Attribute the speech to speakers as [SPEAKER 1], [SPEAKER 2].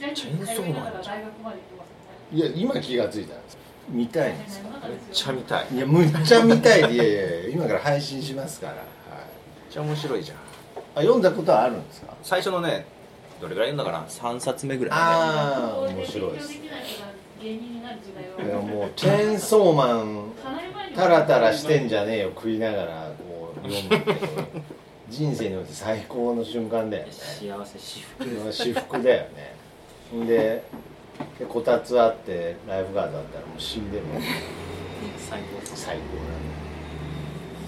[SPEAKER 1] チェーンソーマンじゃん
[SPEAKER 2] いや今気がついたんです見たいんですか
[SPEAKER 1] めっちゃ見たい
[SPEAKER 2] い
[SPEAKER 1] めっ
[SPEAKER 2] やむっちゃ見たいでいやいやいや今から配信しますから、はい、
[SPEAKER 1] ちゃ面白いじゃん
[SPEAKER 2] あ読んだことはあるんですか
[SPEAKER 1] 最初のねどれぐらい読んだかな3冊目ぐらいね
[SPEAKER 2] ああ面白いです
[SPEAKER 3] 勉強できない人が芸人になる時代
[SPEAKER 2] いや
[SPEAKER 3] は
[SPEAKER 2] もうチェーンソーマン
[SPEAKER 3] かなり前に
[SPEAKER 2] タラタラしてんじゃねえよ食いながらこう読むっていう人生において最高の瞬間だ よね
[SPEAKER 4] 幸せし
[SPEAKER 2] 私服だよねんででこたつあってライフガードあったらもう死んでも
[SPEAKER 4] 最高
[SPEAKER 2] 最高なん